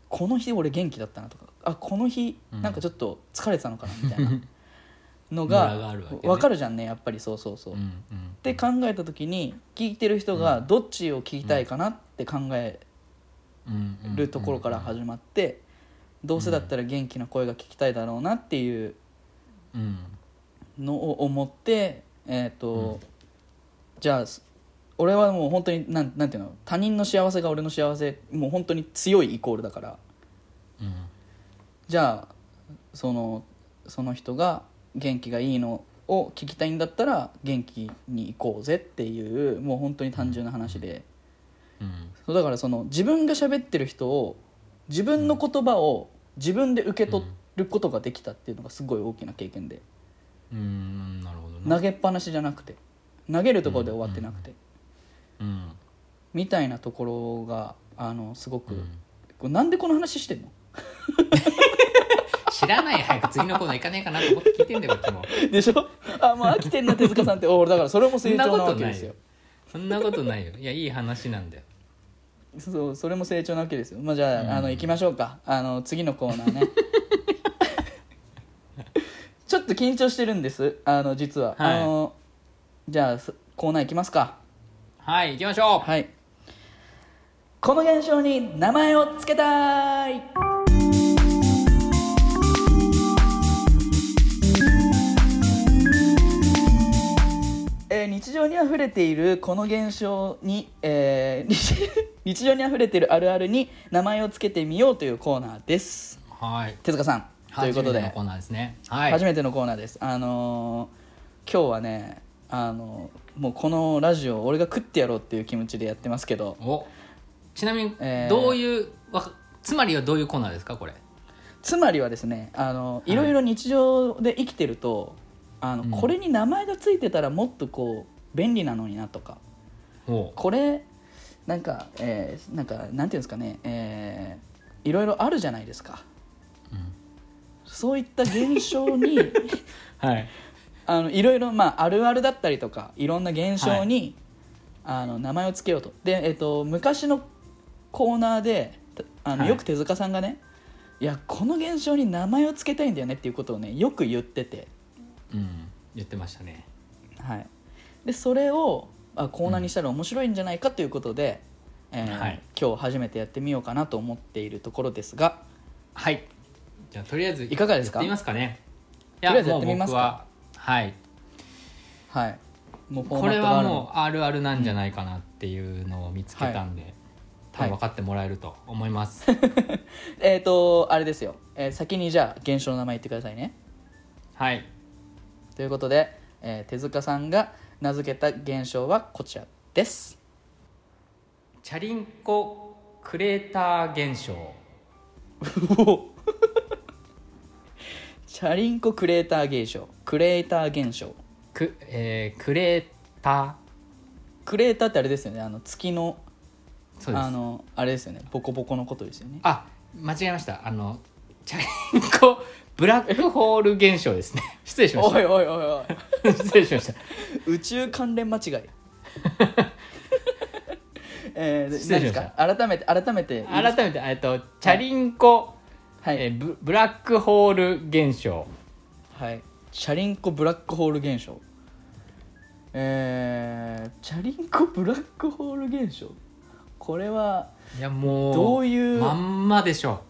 S1: この日俺元気だったなとかあこの日
S2: うん
S1: なんかちょっと疲れてたのかなみたい なの
S2: ムラがあ
S1: が
S2: るわけね
S1: 分かるじゃんねやっぱりそうそうそう。
S2: うんうんうん
S1: って考えた時に聞いてる人がどっちを聞きたいかなって考え
S2: うんうん
S1: るところから始まってどうせだったら元気な声が聞きたいだろうなっていう
S2: うん
S1: のを思ってえっ、と、じゃあす俺はもう本当になんなんていうの他人の幸せが俺の幸せもう本当に強いイコールだから。
S2: うん
S1: じゃあそのその人が元気がいいのを聞きたいんだったら元気に行こうぜっていうもう本当に単純な話で、
S2: うん
S1: そうだからその自分が喋ってる人を自分の言葉を自分で受け取ることができたっていうのがすごい大きな経験で、
S2: うんなるほど
S1: 投
S2: ね
S1: げっぱなしじゃなくて投げるところで終わってなくて、
S2: うん
S1: みたいなところがあのすご
S2: う
S1: く、
S2: ん
S1: これなんでこの話してん の
S2: 知らない早く次のコーナー行かねえかなと思って聞いてんだよこっちも
S1: でしょあもう飽きてんな手塚さん ってお俺だからそれも成長なわけですよ
S2: そんなことないよいやいい話なんだよ
S1: そうそれも成長なわけですよ、まあ、じゃあ,、
S2: うん
S1: あの行きましょうかあの次のコーナー ねちょっと緊張してるんですあの実は、
S2: はい
S1: あのじゃあすコーナー行きますか
S2: はい行きましょう
S1: はいこの現象に名前を付けたいえー日常にあふれているこの現象に、えー 日日常にあふれているあるあるに名前を付けてみようというコーナーです
S2: はい
S1: 手塚さんということで
S2: 初めてのコーナーですねはい
S1: 初めてのコーナーですあのー今日はねあのーもうこのラジオ俺が食ってやろうっていう気持ちでやってますけど
S2: おちなみに
S1: えー
S2: どういう、わかつまりはどういうコーナーですかこれ
S1: つまりはですねあのいろいろ日常で生きてると、あの
S2: うん
S1: これに名前がついてたらもっとこう便利なのになとか
S2: お
S1: これなんか、えーなんかなんていうんですかね、えーいろいろあるじゃないですか
S2: うん
S1: そういった現象に
S2: はい
S1: あのいろいろ、まあ、あるあるだったりとかいろんな現象に、あの名前をつけようとで、えっと昔のコーナーでたあの、
S2: はい
S1: よく手塚さんがねいやこの現象に名前をつけたいんだよねっていうことをねよく言ってて、
S2: うん言ってましたね
S1: はい、でそれをあコーナーにしたら面白いんじゃないかということで、えー
S2: はい
S1: 今日初めてやってみようかなと思っているところですが
S2: はいじゃあとりあえず
S1: いかがですか
S2: やってみますかねい
S1: と
S2: や
S1: りあえずや
S2: も
S1: っ
S2: う
S1: てみます
S2: 僕
S1: か
S2: ははい
S1: はいもうフォ
S2: こ
S1: ーマ
S2: れ
S1: ットがあ
S2: は
S1: るの
S2: もうあるあるなんじゃないかなっていうのを見つけたんで、多分分かってもらえると思います、
S1: えっ、とあれですよ、えー先にじゃあ現象の名前言ってくださいね
S2: はい
S1: ということで、えー手塚さんが名付けた現象はこちらです
S2: チャリンコクレーター現象
S1: チャリンコクレーター現象クレーター現象
S2: く、えークレータ
S1: クレーターってあれですよねあの月の
S2: ーそうです
S1: あのあれですよねボコボコのことですよね
S2: あ間違えましたあのチャリンコブラックホール現象ですね 失礼しまし
S1: おいおいおいおい
S2: た失礼しました
S1: 宇宙関連間違い えー、
S2: 失礼しました
S1: 何ですか改めて改めて
S2: 改めてえっとチャリンコ、
S1: はい、
S2: えーブブラックホール現象
S1: はい、チャリンコブラックホール現象えー、チャリンコブラックホール現象これはい
S2: やもう
S1: どういう
S2: まんまでしょ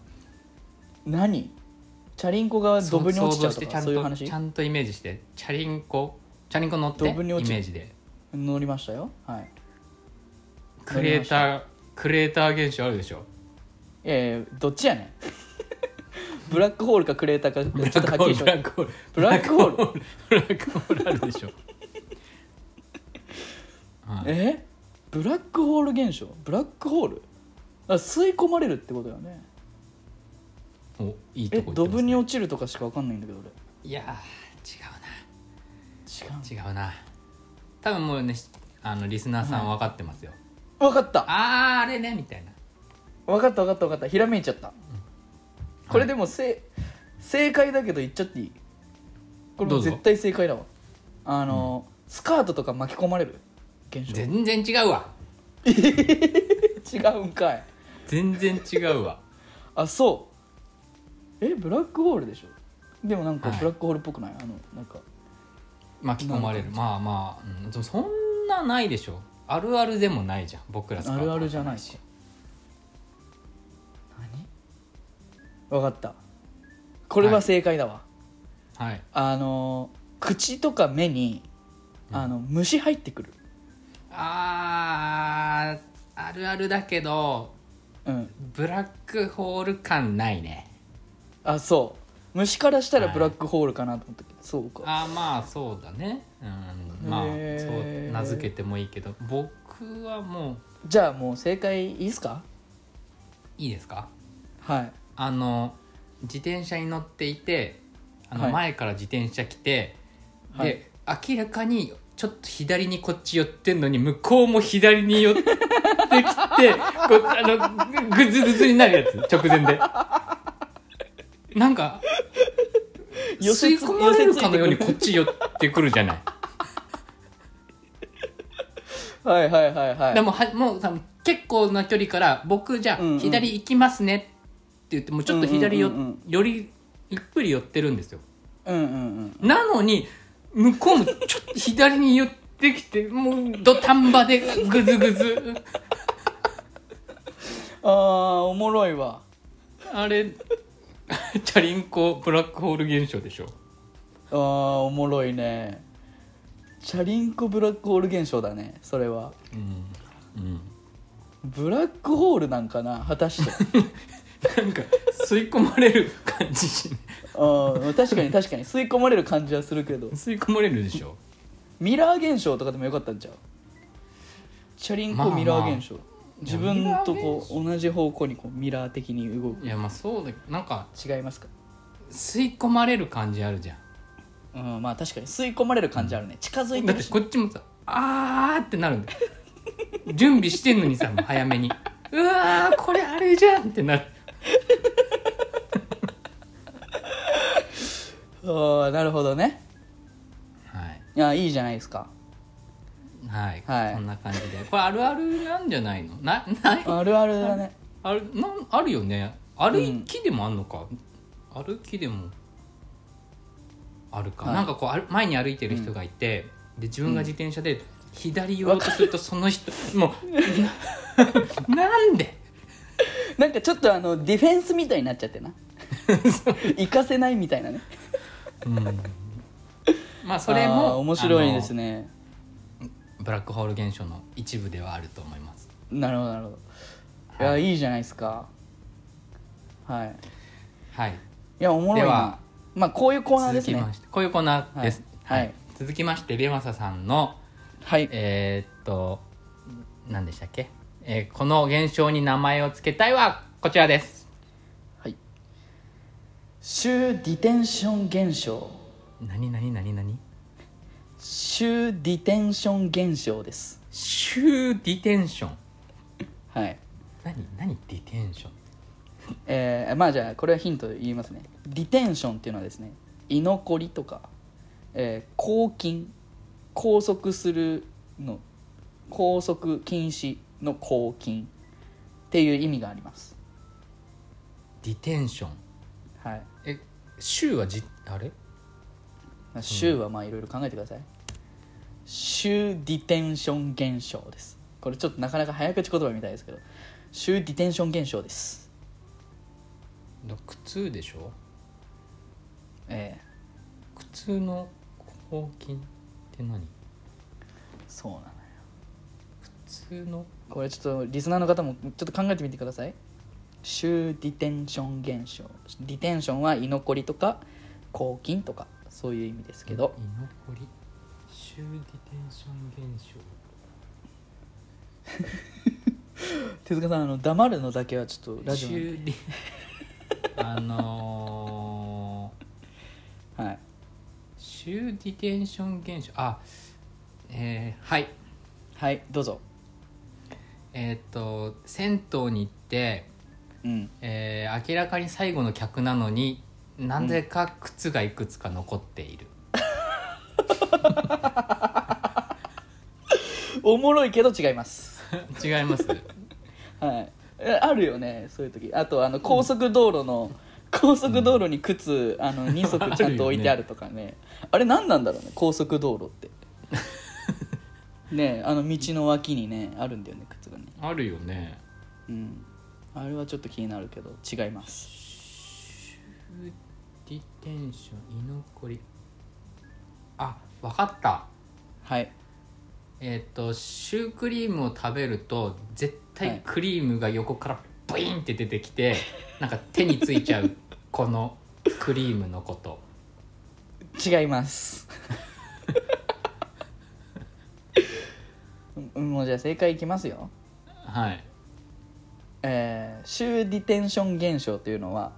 S1: 何チャリンコがドブに落ちちゃう
S2: 想像して
S1: と
S2: ち
S1: か
S2: ゃん
S1: そ
S2: と
S1: ういう話
S2: ちゃんとイメージしてチャリンコチャリンコ乗って
S1: ド
S2: イメ
S1: ブに落ちる
S2: ージで
S1: 乗りましたよはい
S2: クレータークレーター現象あるでしょ
S1: えー、どっちやねん ブラックホールかクレーターかちょっとはっきりし
S2: ブ
S1: よ
S2: ラ
S1: う
S2: ックホール
S1: ブラックホール
S2: ルブラックホールあるでしょはい
S1: えブラックホール現象ブラックホールあ吸い込まれるってことよね
S2: おいいと
S1: え
S2: こ行って
S1: ド
S2: ま
S1: ブ
S2: すね
S1: に落ちるとかしか分かんないんだけど俺
S2: いやー
S1: 違う
S2: 違うな違うな多分もうねしあのリスナーさん分かってますよ、
S1: 分かった
S2: あーあれねみたいな
S1: 分かった分かった分かったひらめいちゃった、これでもせい正解だけど言っちゃっていいこれも
S2: ど
S1: う
S2: うぞ
S1: 絶対正解だわあの、スカートとか巻き込まれる現象
S2: 全然違うわ
S1: 違うんかい
S2: 全然違うわ
S1: あそうえブラックホールでしょでもなんか
S2: はい
S1: ブラックホールっぽくない、あのなんか
S2: 巻き込まれるまあまあ、うんでもそんなないでしょあるあるでもないじゃん僕らスカー
S1: あ
S2: ト
S1: るあるじゃないし何分かったこれは正解だわ、
S2: はい
S1: あの口とか目にあの虫入ってくる
S2: あーあるあるだけど
S1: うん
S2: ブラックホール感ないね
S1: あそう虫からしたら
S2: はい
S1: ブラックホールかなと思ったけど、そうか
S2: あーまあそうだねうんまあ
S1: へ
S2: そ
S1: ー
S2: う名付けてもいいけど僕はもう
S1: じゃあもう正解いいっすか
S2: いいですか
S1: はい
S2: あの自転車に乗っていてあ
S1: は
S2: の
S1: い
S2: 前から自転車来て、
S1: はい
S2: で明らかにちょっと左にこっち寄ってんのに向こうも左に寄ってき てこあのぐぐずぐずになるやつ直前でなんか
S1: 寄せ
S2: 吸い
S1: つ
S2: 込まれるかのように
S1: 寄せついてく
S2: こっち寄ってくるじゃない
S1: はいはいはいはい
S2: でもはもう多分結構な距離から僕じゃ
S1: うんう
S2: あ
S1: ん
S2: 左行きますねって言ってもうちょっと左よ,、
S1: うんうんうん
S2: よりゆっくり寄ってるんですよ
S1: うんうんうん
S2: なのに向こうもちょっと左に寄ってきてもう土壇場でグズグズ
S1: あーおもろいわ
S2: あれチャリンコブラックホール現象でしょ
S1: あーおもろいねチャリンコブラックホール現象だねそれは
S2: うん、うん、
S1: ブラックホールなんかな果たして
S2: なんか吸い込まれる感じし
S1: あー確かに確かに吸い込まれる感じはするけど
S2: 吸い込まれるでしょ
S1: ミラー現象とかでもよかったんちゃうチャリンコミラー現象、自分とこう同じ方向にこうミラー的に動く
S2: いやまあそうだけどなんか
S1: 違いますか
S2: 吸い込まれる感じあるじゃん
S1: うんまあ確かに吸い込まれる感じあるね近づいて
S2: だっ
S1: る
S2: て
S1: し
S2: こっちもさあーってなるんだよ準備してんのにさもう早めにうわーこれあれじゃんってなる
S1: ああなるほどね
S2: はい
S1: いやいいじゃないですか
S2: はい、
S1: はい
S2: こんな感じでこれあるあるなんじゃないのなない
S1: あるあるだ ね
S2: あるなんあるよね歩きでもあんのか、歩きでもあるか、
S1: はい
S2: なんかこうある前に歩いてる人 がいて、で自分が自転車で左寄ろうとするとその人、もうなんで
S1: なんかちょっとあのディフェンスみたいになっちゃ ってな行かせないみたいなね
S2: まあそれも
S1: あー面白いですね
S2: あのブラックホール現象の一部ではあると思います
S1: なるほどなるほどいやいいじゃないですかはい
S2: はい
S1: いやおもろい
S2: で
S1: な
S2: は
S1: まあこういうコーナーで
S2: 続
S1: す
S2: き
S1: ね
S2: ましてこういうコーナーです
S1: はいはい
S2: 続きましてベマサさんの
S1: はい
S2: えーっと何でしたっけ、えーこの現象に名前を付けたいはこちらです
S1: はい州ディテンション現象
S2: 何何何何
S1: 州ディテンション現象です
S2: シューディテンション
S1: はい
S2: 何何ディテンション
S1: えーまあじゃあこれはヒント言いますねディテンションっていうのはですね居残りとか、えー拘禁拘束するの拘束禁止の拘禁っていう意味があります
S2: ディテンション
S1: はい
S2: えシューはじあれ
S1: まあ州はまあいろいろ考えてください州ディテンション現象ですこれちょっとなかなか早口言葉みたいですけど州ディテンション現象です
S2: だ靴でしょ
S1: え
S2: 靴の抗菌って何
S1: ーそうなのよ
S2: 靴の
S1: これちょっとリスナーの方もちょっと考えてみてください州ディテンション現象ディテンションは居残りとか拘禁とかそういう意味ですけど
S2: 居残りシューディテンション現象
S1: 手塚さんあの黙るのだけはちょっとラジオなんで
S2: 修理 あのー、
S1: はい
S2: シューディテンション現象あえー、はい
S1: はいどうぞ
S2: えーっと銭湯に行って、
S1: うん
S2: えー明らかに最後の客なのになぜか靴がいくつか残っている、
S1: おもろいけど違います
S2: 違います
S1: はいえあるよねそういう時あとあの高速道路の、高速道路に靴、 あの2足ちゃんと置いてあるとかねあれ何なんだろうね高速道路って ねえあの道の脇にねあるんだよね靴がね
S2: あるよね
S1: うん、あれはちょっと気になるけど違います
S2: ディテンション居残りあわかった
S1: はい
S2: えっ、とシュークリームを食べると絶
S1: は
S2: 対
S1: い
S2: クリームが横からブイーンって出てきて、なんか手についちゃうこのクリームのこと
S1: 違います うんもうじゃあ正解いきますよ
S2: はい
S1: えー、シューディテンション現象というのは、
S2: は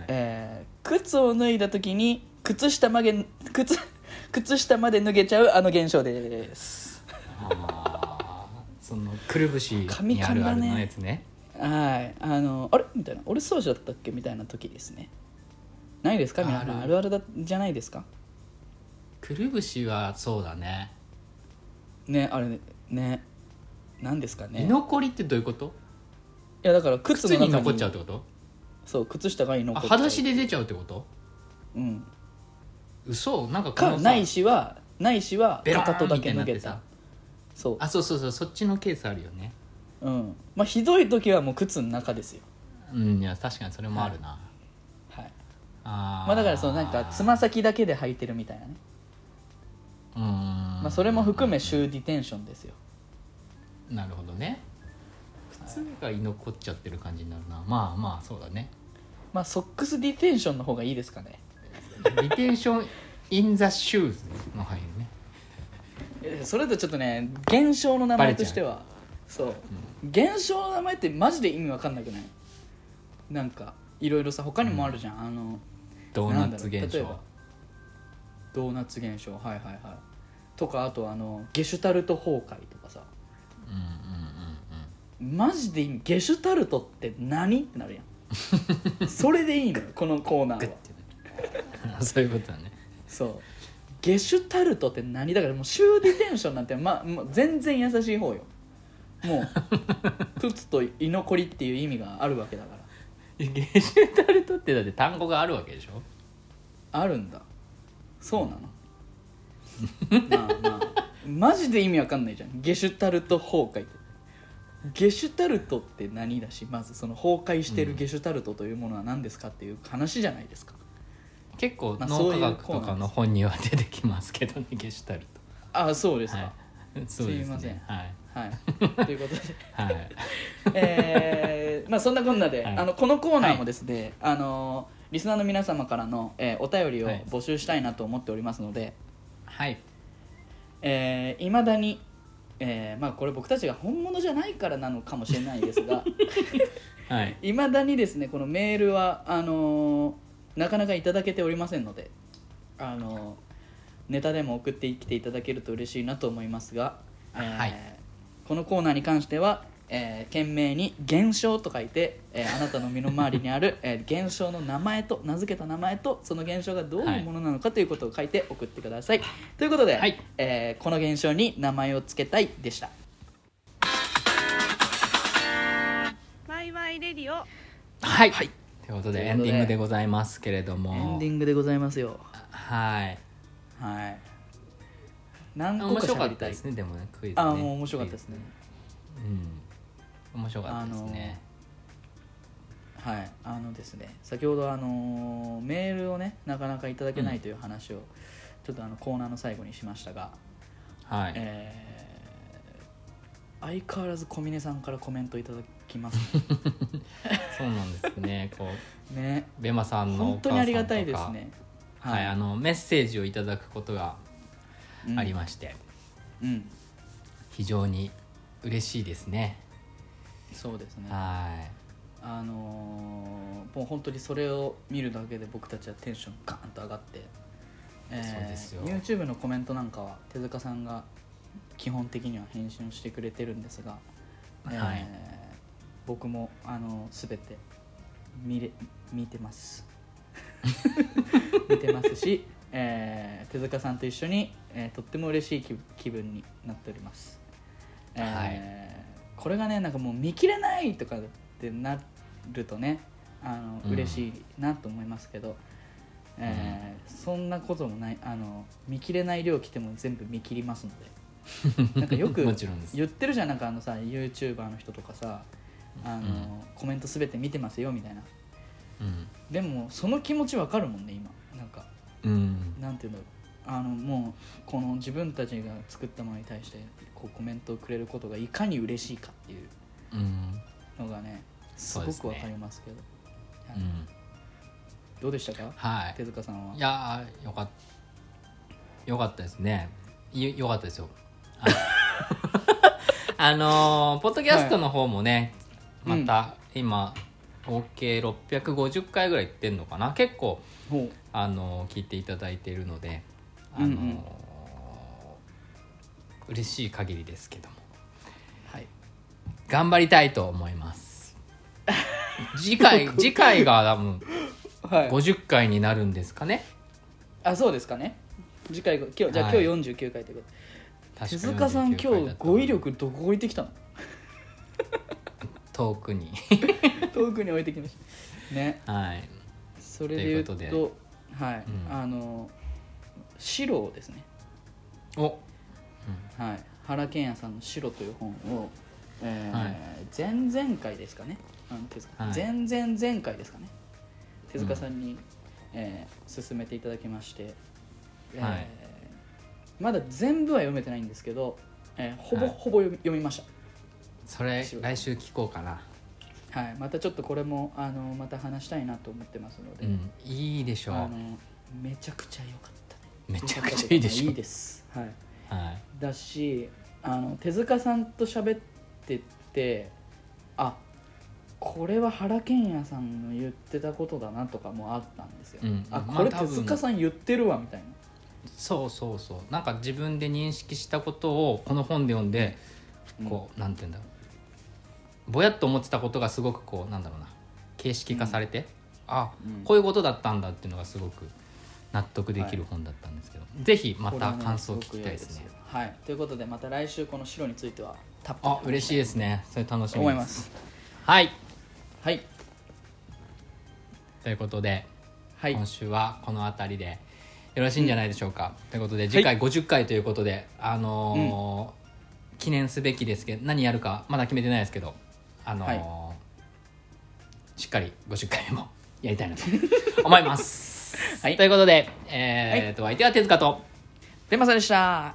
S2: い
S1: えー靴を脱いだ時に靴下まで靴靴下まで脱げちゃうあの現象です
S2: あーそのくるぶしにあるあるのやつね
S1: はいあのあれみたいな俺そうじゃったっけみたいな時ですねないですか皆さん
S2: ある
S1: あるあるだじゃないですか
S2: くるぶしはそうだね
S1: ねあれねね何ですかね
S2: 居残りってどういうこと
S1: いやだから靴の
S2: 靴
S1: 中
S2: に残っちゃうってこと
S1: そう靴下がに残
S2: あ
S1: っちゃう
S2: 裸足で出ちゃうってこと
S1: うん
S2: 嘘なんかこの
S1: か
S2: さ
S1: ないしはないしは
S2: ベロ
S1: か
S2: ーン
S1: かとだけ
S2: みたいに
S1: 抜
S2: なって
S1: けた
S2: さ
S1: そ
S2: あそうそうそうそっちのケースあるよね
S1: ううんまあひどい時はもう靴の中ですよ
S2: うんいや確かにそれもあるな、
S1: はい
S2: あー
S1: まあだからそのなんかつま先だけで履いてるみたいなね
S2: うーんま
S1: まあそれも含めシューディテンションですよ
S2: なるほどね靴が居残っちゃってる感じになるなまあまあそうだね
S1: まあソックスディテンションの方がいいですかね
S2: ディテンション・イン・ザ・シューズの入るね
S1: えそれとちょっとね現象の名前としてはそう、現象の名前ってマジで意味わかんなくないなんかいろいろさ他にもあるじゃん、あの
S2: ドーナツ
S1: なん
S2: 現
S1: だろう例え
S2: 象
S1: ばドーナツ現象はいはいはいとかあとあのゲシュタルト崩壊とかさ
S2: うんうん
S1: マジでいいゲシュタルトって何ってなる やんそれでいいのよこのコーナ
S2: うんうんグ
S1: ー
S2: ッ
S1: は
S2: てねそういうことだね
S1: そうゲシュタルトって何だからもうシューディテンションなんて、ま、もう全然優しい方よも う靴と居残りっていう意味があるわけだから
S2: ゲシュタルトってだって単語があるわけでしょ
S1: あるんだそう なのまあまあマジで意味わかんないじゃんゲシュタルト崩壊ってゲシュタルトって何だしまずその崩壊してるゲシュタルトというものは何ですかっていう話じゃないですか、
S2: 結構
S1: まあ
S2: 脳科
S1: そ
S2: 学
S1: ういう
S2: と
S1: コーナ
S2: か
S1: ーで
S2: の
S1: す
S2: 本には出てきますけどねゲシュタル
S1: あそうです
S2: ト、
S1: か、
S2: はい、そうで
S1: い
S2: す
S1: ません
S2: ねはい
S1: はい、ということで、
S2: はい、
S1: えーまあ、そんなこんなで、
S2: はい
S1: あのこのコーナーもですね、あのリスナーの皆様からの、えーお便りを
S2: はい
S1: 募集したいなと思っておりますので、
S2: はい、
S1: えー、未だに、えーまあ、これ僕たちが本物じゃないからなのかもしれないですが
S2: はい、
S1: いまだにですねこのメールはあのーなかなかいただけておりませんので、あのーネタでも送ってきていただけると嬉しいなと思いますが、えー
S2: はい
S1: このコーナーに関しては、えー、懸命に「現象」と書いて、えーあなたの身の回りにある、えー現象の名前と名付けた名前とその現象がどういうものなのかということを書いて送ってください。ということで、
S2: はい
S1: えーこの現象に名前を付けたいでした。
S4: ワイワイレディオ
S2: はいということで
S1: とい
S2: エ
S1: うこ
S2: ン
S1: とで
S2: ディングでございますけれども
S1: エンディングでございますよ。
S2: はい
S1: はい。何個
S2: 面
S1: か
S2: 白か
S1: 喋
S2: っ
S1: り
S2: た
S1: たい
S2: ですねでもねクイズね
S1: ああもう面白かったですね
S2: うん面白かったですね、
S1: はいあのですね先ほどあのーメールをねなかなかいただけないという話を、ちょっとあのコーナーの最後にしましたが、
S2: はい、
S1: えー相変わらず小峰さんからコメントいただき ます
S2: そうなんですねこ
S1: ねね
S2: うベマさん
S1: 本
S2: のお母さんと
S1: 当
S2: か
S1: にありがたいですね
S2: はい、あ
S1: の
S2: のメッセージをいただくことがありまして、
S1: す、うん、
S2: 非常に嬉しいですね。
S1: そうですね
S2: は
S1: あのーもう本当にそれを見るだけで僕たちはテンションガーンと上がって、えー
S2: そうですよ
S1: YouTube のコメントなんかは手塚さんが基本的には返信をしてくれてるんですが、えー
S2: はい
S1: 僕も、あのー、全て見れ見てます見てますし、えー手塚さんと一緒に、えーとっても嬉しい気気分になっております、えー
S2: はい
S1: これがねなんかもう見切れないとかってなるとねあの、
S2: うん
S1: 嬉しいなと思いますけど、えーそんなこともないあの見切れない量来ても全部見切りますの でなんかよく
S2: もちろんです
S1: 言ってるじゃんなんかあのさ YouTuber の人とかさあの、
S2: うん。
S1: コメント全て見てますよみたいない
S2: うん。
S1: でもその気持ちわかるもんね今なんか
S2: うん。
S1: なんていうんだろうあのもうこの自分たちが作ったものに対してこうコメントをくれることがいかに嬉しいかっていう
S2: うん。
S1: のがねす
S2: そう
S1: ご
S2: ですね
S1: くわかりますけど
S2: うん。
S1: どうでしたか
S2: は。
S1: 手塚さんはい
S2: いやー、よかった。よかったですね。よ、よかったですよ。 ああのー、ポッドキャストの方もね、
S1: はい
S2: また、今、合計650回ぐらい行ってんのかな。結構、
S1: ほう
S2: あの聞いていただいているので、あの
S1: うんうん
S2: 嬉しい限りですけども
S1: はい
S2: 頑張りたいと思います 次回次回が多分
S1: はい
S2: 50回になるんですかね
S1: あそうですかね次回が今日じゃあ
S2: は
S1: 今
S2: い
S1: 日49回ということで
S2: 確か
S1: 手塚さん今
S2: 49回だ
S1: 日
S2: ったの
S1: 語彙力どこ置いてきたの
S2: 遠 くに
S1: 遠くに置いてきましたね
S2: はい
S1: それで言うと
S2: というこ
S1: はい、
S2: うん
S1: あの白をですね
S2: お
S1: はい、原健也さんの「白」という本を、えー
S2: はい
S1: 前々回ですかねあの手塚、
S2: はい
S1: 前々前回ですかね手塚さんに、えー勧めていただきまして、えー
S2: はい
S1: まだ全部は読めてないんですけど、えーほぼ、
S2: はい
S1: ほぼ読み読みまし
S2: それ
S1: 白い
S2: 来週聞こうかな、
S1: た、はい、またちょっとこれもあのまた話したいなと思ってますの
S2: う
S1: で、
S2: ん、いいでしょ
S1: あ
S2: う
S1: のめちゃくちゃ良かったね
S2: めちゃくちゃいいでしょ
S1: いういです、はい、
S2: はい
S1: だしあの手塚さんと喋っててあこれは原健也さんの言ってたことだなとかもあったんですよ、
S2: うん
S1: あ
S2: まあ
S1: これ
S2: 多
S1: 手
S2: 分
S1: 塚さん言ってるわみたいな、
S2: そうそうそうなんか自分で認識したことをこの本で読んでこう、なんて言うんだろうぼやっと思ってたことがすごくこうなんだろうな形式化されて、あ、
S1: うん
S2: こういうことだったんだっていうのがすごく納得できる本だったんですけど、ぜひま
S1: これは
S2: た
S1: ね
S2: 感想を聞きたいです
S1: ごく
S2: ね
S1: 良よはいということでまた来週この白についてはたっぷり
S2: あ嬉しいですねそれ楽しみです
S1: 思います
S2: はい
S1: はい
S2: ということで、
S1: はい
S2: 今週はこの辺りでよろしいんじゃないでしょうか、ということで次回50回ということで、あのー記念すべきですけど何やるかまだ決めてないですけどあのー
S1: は
S2: しっかり50回目も やりたいなと思います、
S1: はい
S2: ということで、えー、とお相手は手塚と
S1: テンマさんでした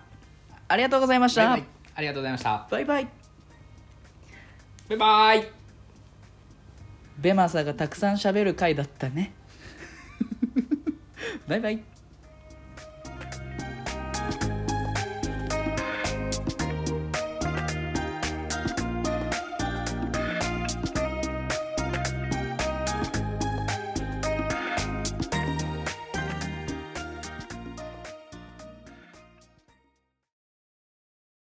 S1: ありがとうございました
S2: バイバイありがとうございました
S1: バイバイ
S2: バイバイ
S1: ベマサがたくさん喋る回だったね バイバイ